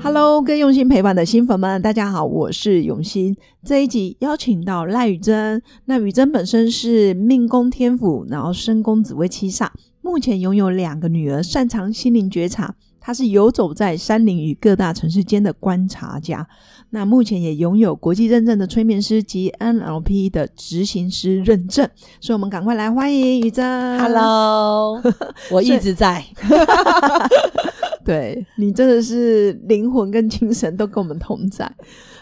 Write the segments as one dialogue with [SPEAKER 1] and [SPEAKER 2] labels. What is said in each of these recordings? [SPEAKER 1] Hello，跟用心陪伴的新粉们，大家好，我是永新。这一集邀请到赖宇珍，那宇珍本身是命宫天府，然后身宫紫薇七煞，目前拥有两个女儿，擅长心灵觉察。她是游走在山林与各大城市间的观察家。那目前也拥有国际认证的催眠师及 NLP 的执行师认证，所以我们赶快来欢迎宇珍。
[SPEAKER 2] Hello，我一直在。
[SPEAKER 1] 对你真的是灵魂跟精神都跟我们同在。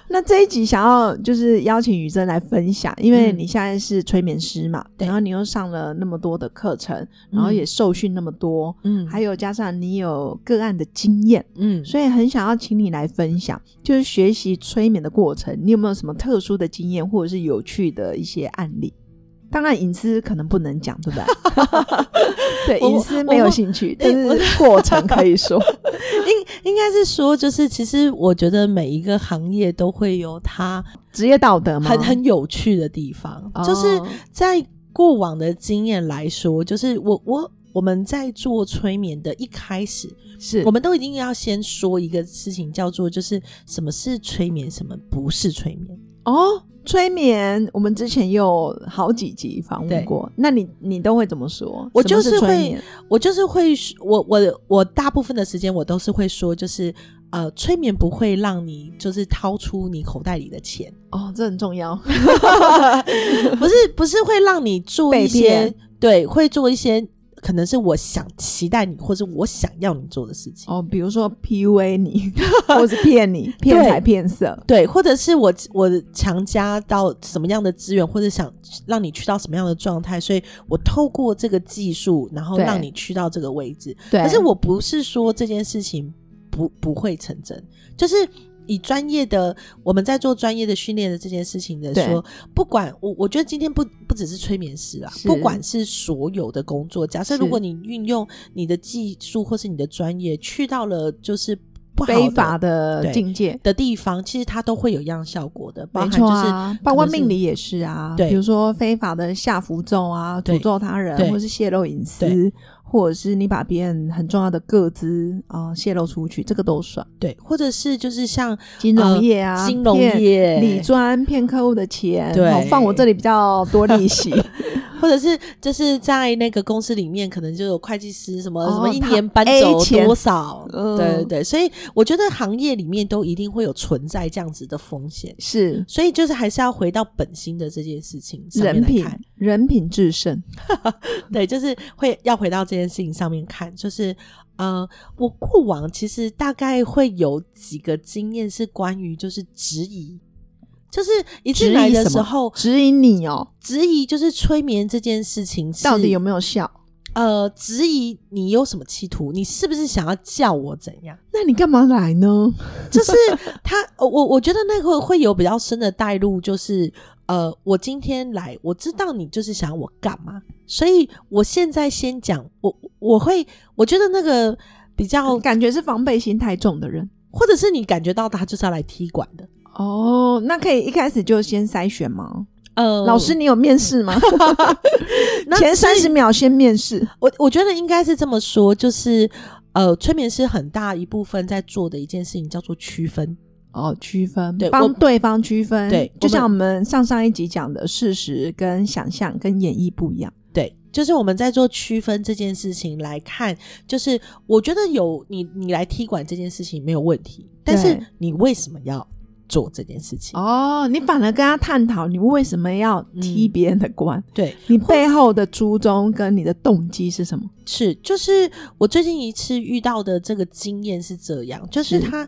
[SPEAKER 1] 那这一集想要就是邀请雨珍来分享，因为你现在是催眠师嘛，
[SPEAKER 2] 嗯对
[SPEAKER 1] 然后你又上了那么多的课程，然后也受训那么多，
[SPEAKER 2] 嗯
[SPEAKER 1] 还有加上你有个案的经验，
[SPEAKER 2] 嗯，
[SPEAKER 1] 所以很想要请你来分享，就是学习催眠的过程，你有没有什么特殊的经验或者是有趣的一些案例？当然，隐私可能不能讲，对不对？ 对，
[SPEAKER 2] 我
[SPEAKER 1] 隐私没有兴趣，但
[SPEAKER 2] 对我
[SPEAKER 1] 是过程可以说。
[SPEAKER 2] 应应该是说，就是其实我觉得每一个行业都会有它
[SPEAKER 1] 职业道德吗？
[SPEAKER 2] 很很有趣的地方，
[SPEAKER 1] 哦
[SPEAKER 2] 就是在过往的经验来说，就是我我。我们在做催眠的一开始，
[SPEAKER 1] 是
[SPEAKER 2] 我们都一定要先说一个事情，叫做就是什么是催眠，什么不是催眠。
[SPEAKER 1] 哦，催眠，我们之前有好几集访问过，那你你都会怎么说？
[SPEAKER 2] 我就
[SPEAKER 1] 什
[SPEAKER 2] 是
[SPEAKER 1] 么是催
[SPEAKER 2] 会
[SPEAKER 1] 眠
[SPEAKER 2] 我就是会说，我我我大部分的时间我都是会说，就是呃，催眠不会让你就是掏出你口袋里的钱，
[SPEAKER 1] 哦，这很重 要。
[SPEAKER 2] 不是不是会让你做一
[SPEAKER 1] 被
[SPEAKER 2] 些对，会做一些可能是我想期待你或者我想要你做的事情，
[SPEAKER 1] 哦，比如说 PUA 你，或是骗你，骗财骗色。
[SPEAKER 2] 对，或者是我我强加到什么样的资源，或者想让你去到什么样的状态，所以我透过这个技术，然后
[SPEAKER 1] 对
[SPEAKER 2] 让你去到这个位置，
[SPEAKER 1] 对
[SPEAKER 2] 可是我不是说这件事情不不会成真，就是以专业的我们在做专业的训练的这件事情的
[SPEAKER 1] 对
[SPEAKER 2] 说，不管我我觉得今天不不只是催眠师啊，
[SPEAKER 1] 是
[SPEAKER 2] 不管是所有的工作，假设
[SPEAKER 1] 是
[SPEAKER 2] 如果你运用你的技术或是你的专业去到了就是不好
[SPEAKER 1] 非
[SPEAKER 2] 的
[SPEAKER 1] 法的
[SPEAKER 2] 对
[SPEAKER 1] 境界。
[SPEAKER 2] 的地方，其实它都会有一样效果的，包
[SPEAKER 1] 没
[SPEAKER 2] 含
[SPEAKER 1] 错
[SPEAKER 2] 就是、
[SPEAKER 1] 啊，包括
[SPEAKER 2] 可能是
[SPEAKER 1] 命理也是啊，
[SPEAKER 2] 对
[SPEAKER 1] 比如说非法的下符咒啊，
[SPEAKER 2] 对
[SPEAKER 1] 诅咒他人，
[SPEAKER 2] 对
[SPEAKER 1] 或是泄露隐私
[SPEAKER 2] 对，
[SPEAKER 1] 或者是你把别人很重要的个资啊、泄露出去，这个都算。
[SPEAKER 2] 对，或者是就是像
[SPEAKER 1] 金融业啊，
[SPEAKER 2] 呃金融
[SPEAKER 1] 骗
[SPEAKER 2] 业、
[SPEAKER 1] 理专骗客户的钱，
[SPEAKER 2] 对
[SPEAKER 1] 好放我这里比较多利息，
[SPEAKER 2] 或者是就是在那个公司里面，可能就有会计师什么、
[SPEAKER 1] 哦
[SPEAKER 2] 什么一年
[SPEAKER 1] 他
[SPEAKER 2] 搬
[SPEAKER 1] A
[SPEAKER 2] 走
[SPEAKER 1] 钱
[SPEAKER 2] 多少，
[SPEAKER 1] 嗯
[SPEAKER 2] 对对对，所以我觉得行业里面都一定会有存在这样子的风险，
[SPEAKER 1] 是
[SPEAKER 2] 所以 就是还是要回到本心的这件事情上面
[SPEAKER 1] 人
[SPEAKER 2] 来
[SPEAKER 1] 品
[SPEAKER 2] 看，
[SPEAKER 1] 人品至胜，
[SPEAKER 2] 对，就是会要回到这件事情上面看，就是呃，我过往其实大概会有几个经验是关于就是质疑。就是一
[SPEAKER 1] 质
[SPEAKER 2] 进来
[SPEAKER 1] 疑
[SPEAKER 2] 的
[SPEAKER 1] 什
[SPEAKER 2] 时
[SPEAKER 1] 么
[SPEAKER 2] 候，
[SPEAKER 1] 指引你哦，
[SPEAKER 2] 质疑就是催眠这件事情是
[SPEAKER 1] 到底有没有效？
[SPEAKER 2] 呃，质疑你有什么企图？你是不是想要叫我怎样？
[SPEAKER 1] 那你干嘛来呢？
[SPEAKER 2] 就是他，呃我我觉得那个会有比较深的带入，就是呃，我今天来，我知道你就是想要我干嘛，所以我现在先讲，我我会，我觉得那个比较，
[SPEAKER 1] 感觉是防备心太重的人
[SPEAKER 2] 或者是你感觉到他就是要来踢馆的。
[SPEAKER 1] 哦，那可以一开始就先筛选吗？
[SPEAKER 2] 呃，
[SPEAKER 1] 老师，，你有面试 吗？
[SPEAKER 2] 那
[SPEAKER 1] 前三十秒先面试，
[SPEAKER 2] 我我觉得应该是这么说，就是呃，催眠师很大一部分在做的一件事情叫做区分。
[SPEAKER 1] 哦，区分
[SPEAKER 2] 对
[SPEAKER 1] 帮
[SPEAKER 2] 我
[SPEAKER 1] 对方区分，
[SPEAKER 2] 对
[SPEAKER 1] 就
[SPEAKER 2] 我们
[SPEAKER 1] 像我们上上一集讲的，事实跟想象跟演绎不一样，
[SPEAKER 2] 对，就是我们在做区分这件事情来看，就是我觉得有你你来踢馆这件事情没有问题，但是
[SPEAKER 1] 对
[SPEAKER 2] 你为什么要做这件事情？
[SPEAKER 1] 哦，你反而跟他探讨你为什么要踢
[SPEAKER 2] 嗯
[SPEAKER 1] 别人的官，
[SPEAKER 2] 对，
[SPEAKER 1] 你背后的初衷跟你的动机是什么？
[SPEAKER 2] 是就是我最近一次遇到的这个经验是这样，就是
[SPEAKER 1] 是
[SPEAKER 2] 他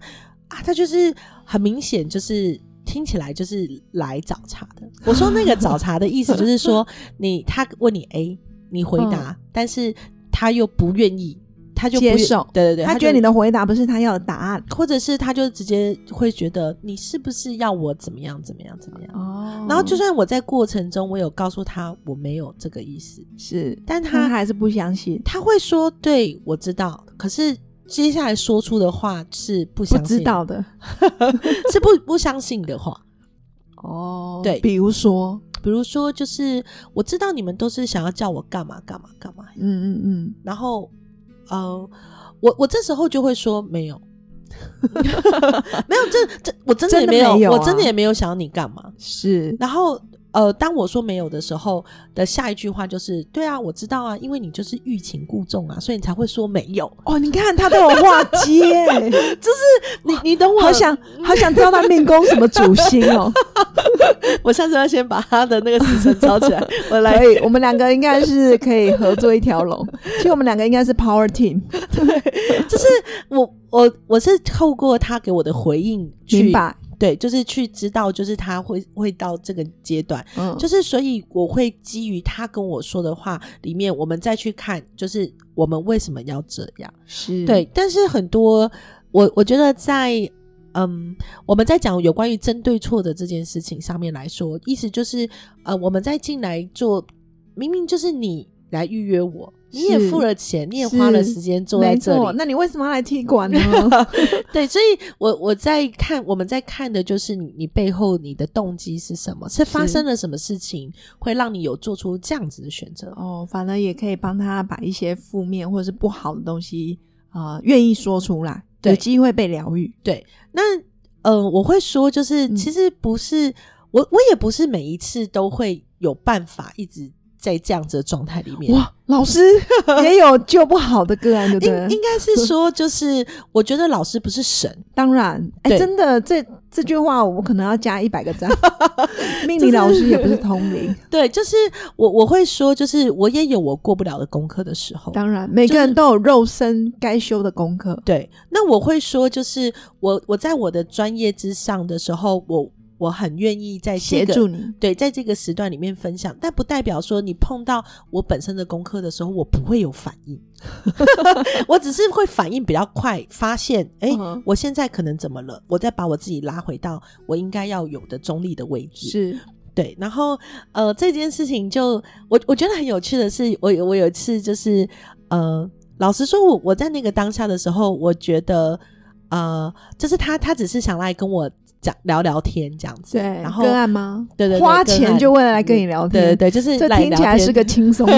[SPEAKER 2] 啊，他就是很明显就是。听起来就是来找茬的。我说那个找茬的意思就 是说，你他问你 A，你回答，但是他又不愿意，他就不
[SPEAKER 1] 嗯接
[SPEAKER 2] 愿
[SPEAKER 1] 受
[SPEAKER 2] 对对对，
[SPEAKER 1] 他
[SPEAKER 2] 就
[SPEAKER 1] 觉得你的回答不是他要的答案
[SPEAKER 2] 或者是他就直接会觉得你是不是要我怎么样怎么样怎么样。
[SPEAKER 1] 哦
[SPEAKER 2] 然后就算我在过程中我有告诉他我没有这个意思，
[SPEAKER 1] 是，
[SPEAKER 2] 但
[SPEAKER 1] 他
[SPEAKER 2] 他
[SPEAKER 1] 还是不相信，
[SPEAKER 2] 他会说对我知道，可是接下来说出的话是不
[SPEAKER 1] 不
[SPEAKER 2] 相信，
[SPEAKER 1] 知道的
[SPEAKER 2] 是不不相信的话。
[SPEAKER 1] 哦
[SPEAKER 2] 对
[SPEAKER 1] 比如说，
[SPEAKER 2] 比如说，就是我知道你们都是想要叫我干嘛干嘛干嘛，
[SPEAKER 1] 嗯嗯嗯，
[SPEAKER 2] 然后呃，我我这时候就会说没有， 没有，这这我真的
[SPEAKER 1] 真
[SPEAKER 2] 也
[SPEAKER 1] 的
[SPEAKER 2] 没有，
[SPEAKER 1] 没有啊
[SPEAKER 2] 我真的也没有想要你干嘛。
[SPEAKER 1] 是
[SPEAKER 2] 然后呃，当我说没有的时候的下一句话就是，对啊，我知道啊，因为你就是欲擒故纵啊，所以你才会说没有。
[SPEAKER 1] 哦，你看他都有话接，
[SPEAKER 2] 你你等 我，
[SPEAKER 1] 好想好想知道他命宫什么主星 哦。
[SPEAKER 2] 我下次要先把他的那个时辰抄起 来，我来
[SPEAKER 1] 可以，我们两个应该是可以合作一条龙。其实我们两个应该是 power team，
[SPEAKER 2] 就是我我我是透过他给我的回应去
[SPEAKER 1] 明白？
[SPEAKER 2] 对，就是去知道，就是他会会到这个阶段，
[SPEAKER 1] 嗯，
[SPEAKER 2] 就是是所以我会基于他跟我说的话里面，我们再去看，就是我们为什么要这样？
[SPEAKER 1] 是
[SPEAKER 2] 对，但是很多我我觉得在嗯，我们在讲有关于真对错的这件事情上面来说，意思就是呃，我们在进来做，明明就是你来预约我，你也
[SPEAKER 1] 是
[SPEAKER 2] 付了钱，你也花了
[SPEAKER 1] 是
[SPEAKER 2] 时间坐在
[SPEAKER 1] 没
[SPEAKER 2] 这里
[SPEAKER 1] 错。，那你为什么要来踢馆 呢？
[SPEAKER 2] 对，所以我我在看，我们在看的就是你你背后你的动机是什么，是发
[SPEAKER 1] 是
[SPEAKER 2] 生了什么事情会让你有做出这样子的选择。
[SPEAKER 1] 哦，反而也可以帮他把一些负面或者是不好的东西啊，呃愿意说出来，
[SPEAKER 2] 对
[SPEAKER 1] 有机会被疗愈。
[SPEAKER 2] 那呃，我会说，就是
[SPEAKER 1] 嗯
[SPEAKER 2] 其实不是、我，我也不是每一次都会有办法一直在这样子的状态里面。
[SPEAKER 1] 哇，老师 也有救不好的个案，对不
[SPEAKER 2] 应
[SPEAKER 1] 对
[SPEAKER 2] 应？该是说，就是我觉得老师不是神，
[SPEAKER 1] 当然，哎，
[SPEAKER 2] 对
[SPEAKER 1] 真的，这这句话我可能要加一百个 赞。命理老师也不是通灵，
[SPEAKER 2] 对，就是我我会说，就是我也有我过不了的功课的时候。
[SPEAKER 1] 当然，每个人都有肉身该修的功课。
[SPEAKER 2] 对，那我会说，就是我我在我的专业之上的时候，我我很愿意在这
[SPEAKER 1] 协
[SPEAKER 2] 个
[SPEAKER 1] 助你，
[SPEAKER 2] 对，在这个时段里面分享，但不代表说你碰到我本身的功课的时候，我不会有反应， 我只是会反应比较快，发现哎、诶
[SPEAKER 1] 嗯
[SPEAKER 2] 我现在可能怎么了？我再把我自己拉回到我应该要有的中立的位置。
[SPEAKER 1] 是
[SPEAKER 2] 对，然后呃，这件事情就我我觉得很有趣的是，我有我有一次就是呃，老实说我，我在那个当下的时候，我觉得呃，就是他他只是想来跟我讲聊聊天这样子，
[SPEAKER 1] 对，
[SPEAKER 2] 然后
[SPEAKER 1] 个案吗？
[SPEAKER 2] 对对对
[SPEAKER 1] 花
[SPEAKER 2] 个
[SPEAKER 1] 钱
[SPEAKER 2] 案
[SPEAKER 1] 就为了来跟你聊
[SPEAKER 2] 对对
[SPEAKER 1] 天，
[SPEAKER 2] 对，就是
[SPEAKER 1] 这
[SPEAKER 2] 来
[SPEAKER 1] 听起
[SPEAKER 2] 聊
[SPEAKER 1] 来
[SPEAKER 2] 天
[SPEAKER 1] 是 个轻松活。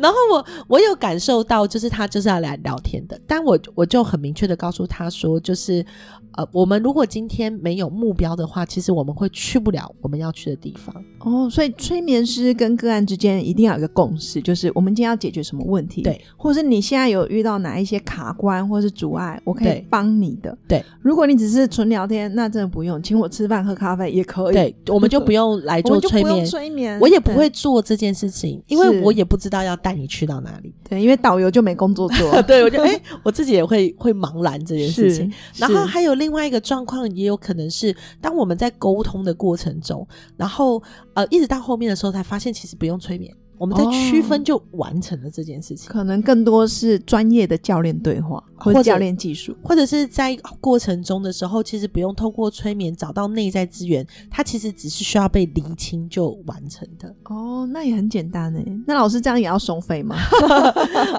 [SPEAKER 2] 然后我我有感受到，就是他就是要来聊天的，但我我就很明确的告诉他说，就是呃，我们如果今天没有目标的话，其实我们会去不了我们要去的地方。
[SPEAKER 1] 哦，所以催眠师跟个案之间一定要有一个共识，就是我们今天要解决什么问题，
[SPEAKER 2] 对，
[SPEAKER 1] 或者是你现在有遇到哪一些卡关或是阻碍，我可以
[SPEAKER 2] 对
[SPEAKER 1] 帮你的。
[SPEAKER 2] 对，
[SPEAKER 1] 如果你只是纯聊天，那真的不用，请我吃饭喝咖啡也可以，，
[SPEAKER 2] 对，我们就不用来
[SPEAKER 1] 我
[SPEAKER 2] 做
[SPEAKER 1] 们就不
[SPEAKER 2] 催
[SPEAKER 1] 用
[SPEAKER 2] 眠。
[SPEAKER 1] 催眠，
[SPEAKER 2] 我也不会
[SPEAKER 1] 对，
[SPEAKER 2] 做这件事情，因
[SPEAKER 1] 是
[SPEAKER 2] 为我也不知道要带你去到哪 里。，
[SPEAKER 1] 对，因为导游就没工作做
[SPEAKER 2] 对，我就哎、我自己也会会茫然这件事情。然后
[SPEAKER 1] 是
[SPEAKER 2] 还有另外一个状况，也有可能是当我们在沟通的过程中，然后呃，一直到后面的时候才发现，其实不用催眠，我们在
[SPEAKER 1] 哦
[SPEAKER 2] 区分就完成了这件事情，
[SPEAKER 1] 可能更多是专业的教练对话，或
[SPEAKER 2] 或
[SPEAKER 1] 者
[SPEAKER 2] 者
[SPEAKER 1] 教练技术。
[SPEAKER 2] 或者是在过程中的时候，其实不用透过催眠找到内在资源，它其实只是需要被厘清就完成 的。
[SPEAKER 1] 哦，那也很简单诶。那老师这样也要收费 吗？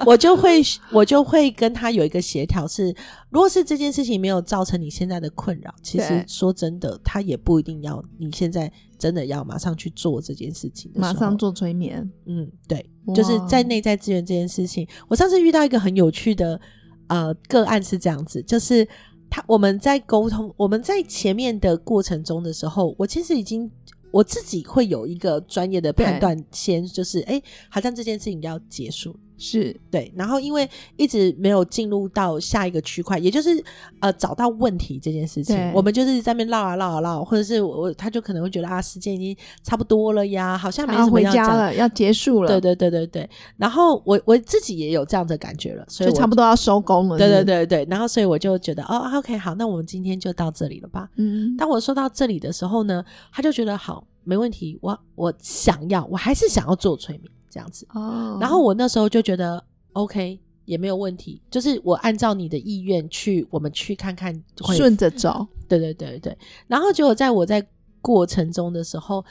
[SPEAKER 2] 我就会我就会跟他有一个协调是，如果是这件事情没有造成你现在的困扰，其实
[SPEAKER 1] 对
[SPEAKER 2] 说真的，他也不一定要你现在真的要马上去做这件事情的时
[SPEAKER 1] 马
[SPEAKER 2] 候
[SPEAKER 1] 上做催眠，
[SPEAKER 2] 嗯，对，
[SPEAKER 1] 哇
[SPEAKER 2] 就是在内在资源这件事情，我上次遇到一个很有趣的呃个案是这样子，就是他我们在沟通，我们在前面的过程中的时候，我其实已经我自己会有一个专业的判
[SPEAKER 1] 对
[SPEAKER 2] 断，先就是哎、诶好像这件事情要结束了
[SPEAKER 1] 是
[SPEAKER 2] 对，然后因为一直没有进入到下一个区块，也就是呃找到问题这件事情
[SPEAKER 1] 对，
[SPEAKER 2] 我们就是在那边绕啊绕啊绕，或者是我我他就可能会觉得啊时间已经差不多了呀，好像没
[SPEAKER 1] 他
[SPEAKER 2] 什么
[SPEAKER 1] 啊回
[SPEAKER 2] 要
[SPEAKER 1] 家
[SPEAKER 2] 讲。
[SPEAKER 1] 了，要结束了，
[SPEAKER 2] 对对对对对，然后我我自己也有这样的感觉了，所以
[SPEAKER 1] 就
[SPEAKER 2] 我
[SPEAKER 1] 差不多要收工了。
[SPEAKER 2] 对
[SPEAKER 1] 是
[SPEAKER 2] 对
[SPEAKER 1] 不是，
[SPEAKER 2] 对对，然后所以我就觉得哦，OK，好，那我们今天就到这里了吧。
[SPEAKER 1] 嗯，
[SPEAKER 2] 当我说到这里的时候呢，他就觉得好，没问题，我我想要，我还是想要做催眠这样子。
[SPEAKER 1] 哦
[SPEAKER 2] 然后我那时候就觉得 OK，也没有问题，就是我按照你的意愿去，我们去看看会
[SPEAKER 1] 顺着走，
[SPEAKER 2] 对对对对。然后结果在我在过程中的时候，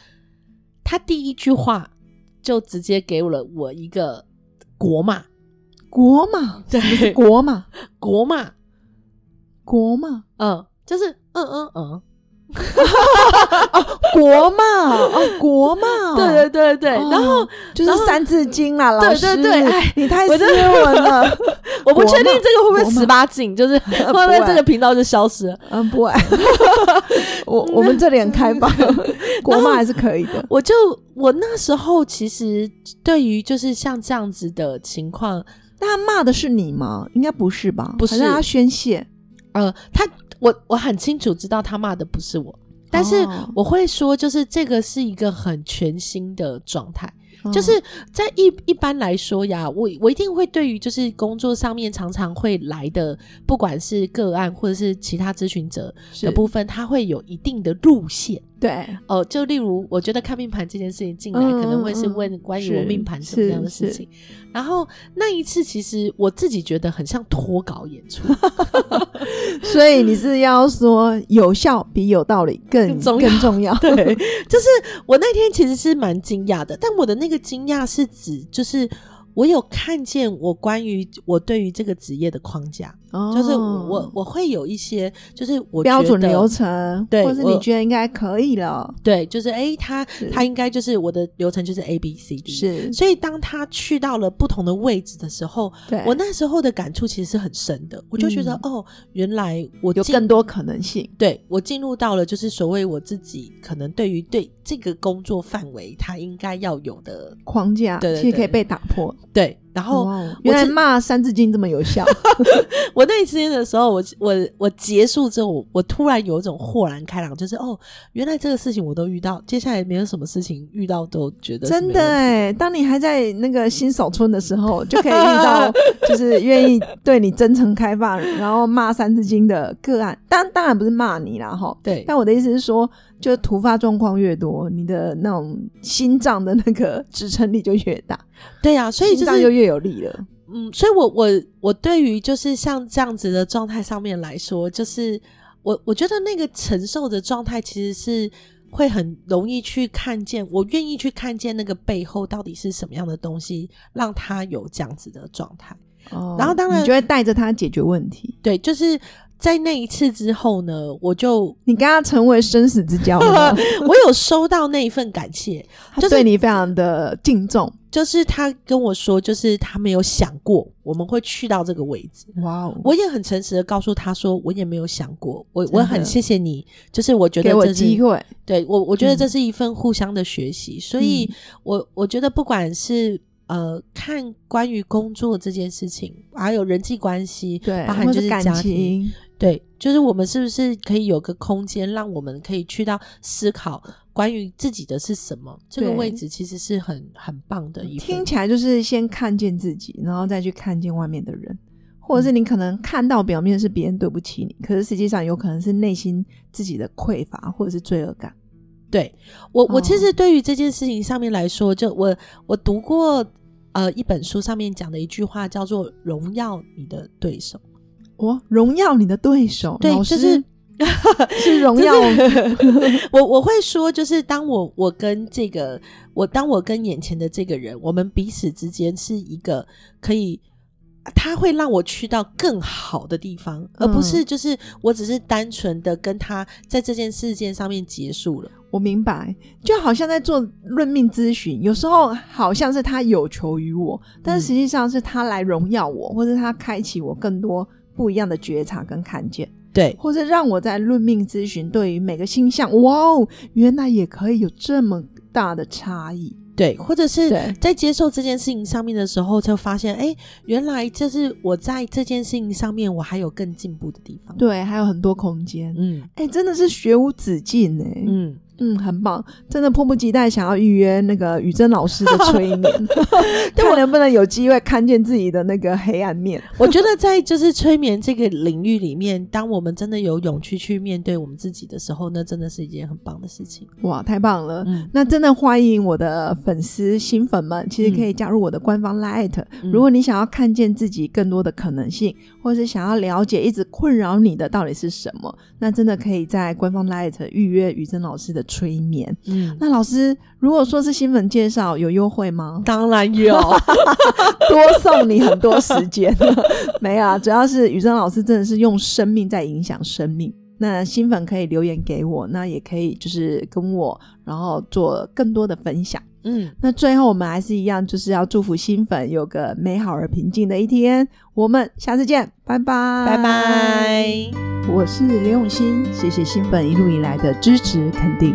[SPEAKER 2] 他第一句话就直接给我了我一个国骂，
[SPEAKER 1] 国嘛，
[SPEAKER 2] 对
[SPEAKER 1] 国嘛，
[SPEAKER 2] 国骂，
[SPEAKER 1] 国嘛，
[SPEAKER 2] 嗯，就是嗯嗯嗯，
[SPEAKER 1] 国嘛，哦，国嘛，
[SPEAKER 2] 对对对对。
[SPEAKER 1] 哦
[SPEAKER 2] 然后
[SPEAKER 1] 就是
[SPEAKER 2] 然
[SPEAKER 1] 《
[SPEAKER 2] 后
[SPEAKER 1] 三字经》啦，老
[SPEAKER 2] 对
[SPEAKER 1] 师，
[SPEAKER 2] 对对哎
[SPEAKER 1] 你太
[SPEAKER 2] 我
[SPEAKER 1] 斯
[SPEAKER 2] 真的
[SPEAKER 1] 文了，
[SPEAKER 2] 我不确定
[SPEAKER 1] 国骂
[SPEAKER 2] 这个会不会
[SPEAKER 1] 国骂
[SPEAKER 2] 十八 禁，就是放在这个频道就消失了。
[SPEAKER 1] 嗯，不会， 我我们这里很开 放，国骂还是可以的，
[SPEAKER 2] 我就我那时候其实对于就是像这样子的情况，
[SPEAKER 1] 但他骂的是你吗？应该不是吧？
[SPEAKER 2] 不是
[SPEAKER 1] 还他宣泄，
[SPEAKER 2] 呃，他我我很清楚知道他骂的不是我，但是
[SPEAKER 1] 哦
[SPEAKER 2] 我会说，就是这个是一个很全新的状态。
[SPEAKER 1] 嗯
[SPEAKER 2] 就是在一一般来说呀，我我一定会对于就是工作上面常常会来的，不管是个案或者是其他咨询者
[SPEAKER 1] 嗯是
[SPEAKER 2] 的部分，他会有一定的路线。
[SPEAKER 1] 对，
[SPEAKER 2] 哦，就例如，我觉得看命盘这件事情进来，
[SPEAKER 1] 嗯
[SPEAKER 2] 可能会是
[SPEAKER 1] 嗯
[SPEAKER 2] 问关于我
[SPEAKER 1] 是
[SPEAKER 2] 命盘什
[SPEAKER 1] 是
[SPEAKER 2] 么样的事
[SPEAKER 1] 是
[SPEAKER 2] 情。然后那一次，其实我自己觉得很像脱稿演出，
[SPEAKER 1] 所以你是要说有效比有道理更
[SPEAKER 2] 更重要
[SPEAKER 1] 更重要，
[SPEAKER 2] 对，就是我那天其实是蛮惊讶的，但我的那个惊讶是指就是。我有看见我关于我对于这个职业的框架，
[SPEAKER 1] 哦，
[SPEAKER 2] 就是我我我会有一些，就是我
[SPEAKER 1] 标准
[SPEAKER 2] 觉得
[SPEAKER 1] 流程，
[SPEAKER 2] 对
[SPEAKER 1] 或是
[SPEAKER 2] 我
[SPEAKER 1] 你觉得应该可以了，
[SPEAKER 2] 对，就是诶，他
[SPEAKER 1] 是
[SPEAKER 2] 他应该就是我的流程就是 A B C D，
[SPEAKER 1] 是，
[SPEAKER 2] 所以当他去到了不同的位置的时候，
[SPEAKER 1] 对嗯
[SPEAKER 2] 我那时候的感触其实是很深的，我就觉得、哦，原来我
[SPEAKER 1] 有
[SPEAKER 2] 进
[SPEAKER 1] 更多可能性，
[SPEAKER 2] 对我进入到了就是所谓我自己可能对于对这个工作范围它应该要有的
[SPEAKER 1] 框架
[SPEAKER 2] 对对
[SPEAKER 1] 其实可以
[SPEAKER 2] 对
[SPEAKER 1] 被打破。
[SPEAKER 2] 对，然后
[SPEAKER 1] 哇哦
[SPEAKER 2] 我
[SPEAKER 1] 原来
[SPEAKER 2] 是
[SPEAKER 1] 骂《三字经》这么有 效，
[SPEAKER 2] 我那一次的时候，我我我结束之后，我我突然有一种豁然开朗，就是哦，原来这个事情我都遇到，接下来没有什么事情遇到都觉得是
[SPEAKER 1] 真
[SPEAKER 2] 没
[SPEAKER 1] 的
[SPEAKER 2] 问题
[SPEAKER 1] 哎！当你还在那个新手村的时候，就可以遇 到就是愿意对你真诚开放，然后骂《三字经》的个案。当当然不是骂你啦，哈。
[SPEAKER 2] 对
[SPEAKER 1] 但我的意思是说，就突发状况越多，你的那种心脏的那个支撑力就越大，
[SPEAKER 2] 对啊， 所以
[SPEAKER 1] 心
[SPEAKER 2] 就
[SPEAKER 1] 脏就是越有力了。
[SPEAKER 2] 嗯，所以我我我对于就是像这样子的状态上面来说，就是我我觉得那个承受的状态其实是。会很容易去看见，我愿意去看见那个背后到底是什么样的东西，让他有这样子的状态。
[SPEAKER 1] 哦
[SPEAKER 2] 然后当然
[SPEAKER 1] 你就会带着他解决问题，
[SPEAKER 2] 对，就是在那一次之后呢，我就
[SPEAKER 1] 你跟他成为生死之交了 吗，
[SPEAKER 2] 我有收到那一份感谢，
[SPEAKER 1] 他
[SPEAKER 2] 就是
[SPEAKER 1] 对你非常的敬重。
[SPEAKER 2] 就是他跟我说，就是他没有想过我们会去到这个位置。
[SPEAKER 1] 哇哦！
[SPEAKER 2] 我也很诚实的告诉他说，我也没有想过，我
[SPEAKER 1] 的
[SPEAKER 2] 我很谢谢你，就是我觉得
[SPEAKER 1] 给我
[SPEAKER 2] 这是
[SPEAKER 1] 机会，
[SPEAKER 2] 对我我觉得
[SPEAKER 1] 嗯
[SPEAKER 2] 这是一份互相的学习，所以我我觉得不管是呃看关于工作这件事情，还有人际关系，
[SPEAKER 1] 对，
[SPEAKER 2] 包含
[SPEAKER 1] 或
[SPEAKER 2] 就是是
[SPEAKER 1] 感
[SPEAKER 2] 家庭，
[SPEAKER 1] 情，
[SPEAKER 2] 对，就是我们是不是可以有个空间，让我们可以去到思考关于自己的是什么？这个
[SPEAKER 1] 对
[SPEAKER 2] 位置其实是很很棒的一份
[SPEAKER 1] 听起来就是先看见自己，然后再去看见外面的人，或者
[SPEAKER 2] 嗯
[SPEAKER 1] 是你可能看到表面是别人对不起你，可是实际上有可能是内心自己的匮乏或者是罪恶感。
[SPEAKER 2] 对我，我其
[SPEAKER 1] 哦
[SPEAKER 2] 实对于这件事情上面来说，就我我读过呃一本书上面讲的一句话叫做“荣耀你的对手
[SPEAKER 1] 哦，荣耀你的对手，
[SPEAKER 2] 对
[SPEAKER 1] 老
[SPEAKER 2] 就
[SPEAKER 1] 师
[SPEAKER 2] 是
[SPEAKER 1] 是荣耀，”。
[SPEAKER 2] 我我会说，就是当我我跟这个我当我跟眼前的这个人，我们彼此之间是一个可以。他会让我去到更好的地方，而不
[SPEAKER 1] 嗯
[SPEAKER 2] 是就是我只是单纯的跟他在这件事件上面结束了。
[SPEAKER 1] 我明白，就好像在做论命咨询，有时候好像是他有求于我，但
[SPEAKER 2] 嗯
[SPEAKER 1] 实际上是他来荣耀我，或者他开启我更多不一样的觉察跟看见。
[SPEAKER 2] 对，
[SPEAKER 1] 或是让我在论命咨询对于每个星象，哇哦，原来也可以有这么大的差异。
[SPEAKER 2] 对，或者是
[SPEAKER 1] 对
[SPEAKER 2] 在接受这件事情上面的时候，就发现，哎、原来就是我在这件事情上面，我还有更进步的地方。，
[SPEAKER 1] 对，还有很多空间，
[SPEAKER 2] 嗯
[SPEAKER 1] 哎、真的是学无止境哎、
[SPEAKER 2] 嗯，
[SPEAKER 1] 嗯，很棒，真的迫不及待想要预约那个宇珍老师的 催眠，看能不能有机会看见自己的那个黑暗面。
[SPEAKER 2] 我觉得在就是催眠这个领域里面，当我们真的有勇气去面对我们自己的时候，那真的是一件很棒的事情。
[SPEAKER 1] 哇，太棒了！
[SPEAKER 2] 嗯，
[SPEAKER 1] 那真的欢迎我的粉丝新粉们，其实可以加入我的官方 Lite、
[SPEAKER 2] 嗯
[SPEAKER 1] 如果你想要看见自己更多的可能性，或是想要了解一直困扰你的到底是什么，那真的可以在官方 Lite 预约宇珍老师的催眠。
[SPEAKER 2] 嗯，
[SPEAKER 1] 那老师，如果说是新粉介绍，有优惠吗？
[SPEAKER 2] 当然有，
[SPEAKER 1] 多送你很多时间。 没有啊，主要是雨珍老师真的是用生命在影响生命。那新粉可以留言给我，那也可以就是跟我，然后做更多的分享。
[SPEAKER 2] 嗯，
[SPEAKER 1] 那最后我们还是一样，就是要祝福新粉有个美好而平静的一天。我们下次见，拜拜，
[SPEAKER 2] 拜拜。
[SPEAKER 1] 我是刘永新，谢谢新粉一路以来的支持肯定。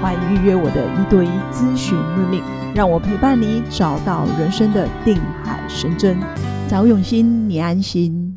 [SPEAKER 1] 欢迎预约我的一对一咨询任命，让我陪伴你找到人生的定海神针。找永新，你安心。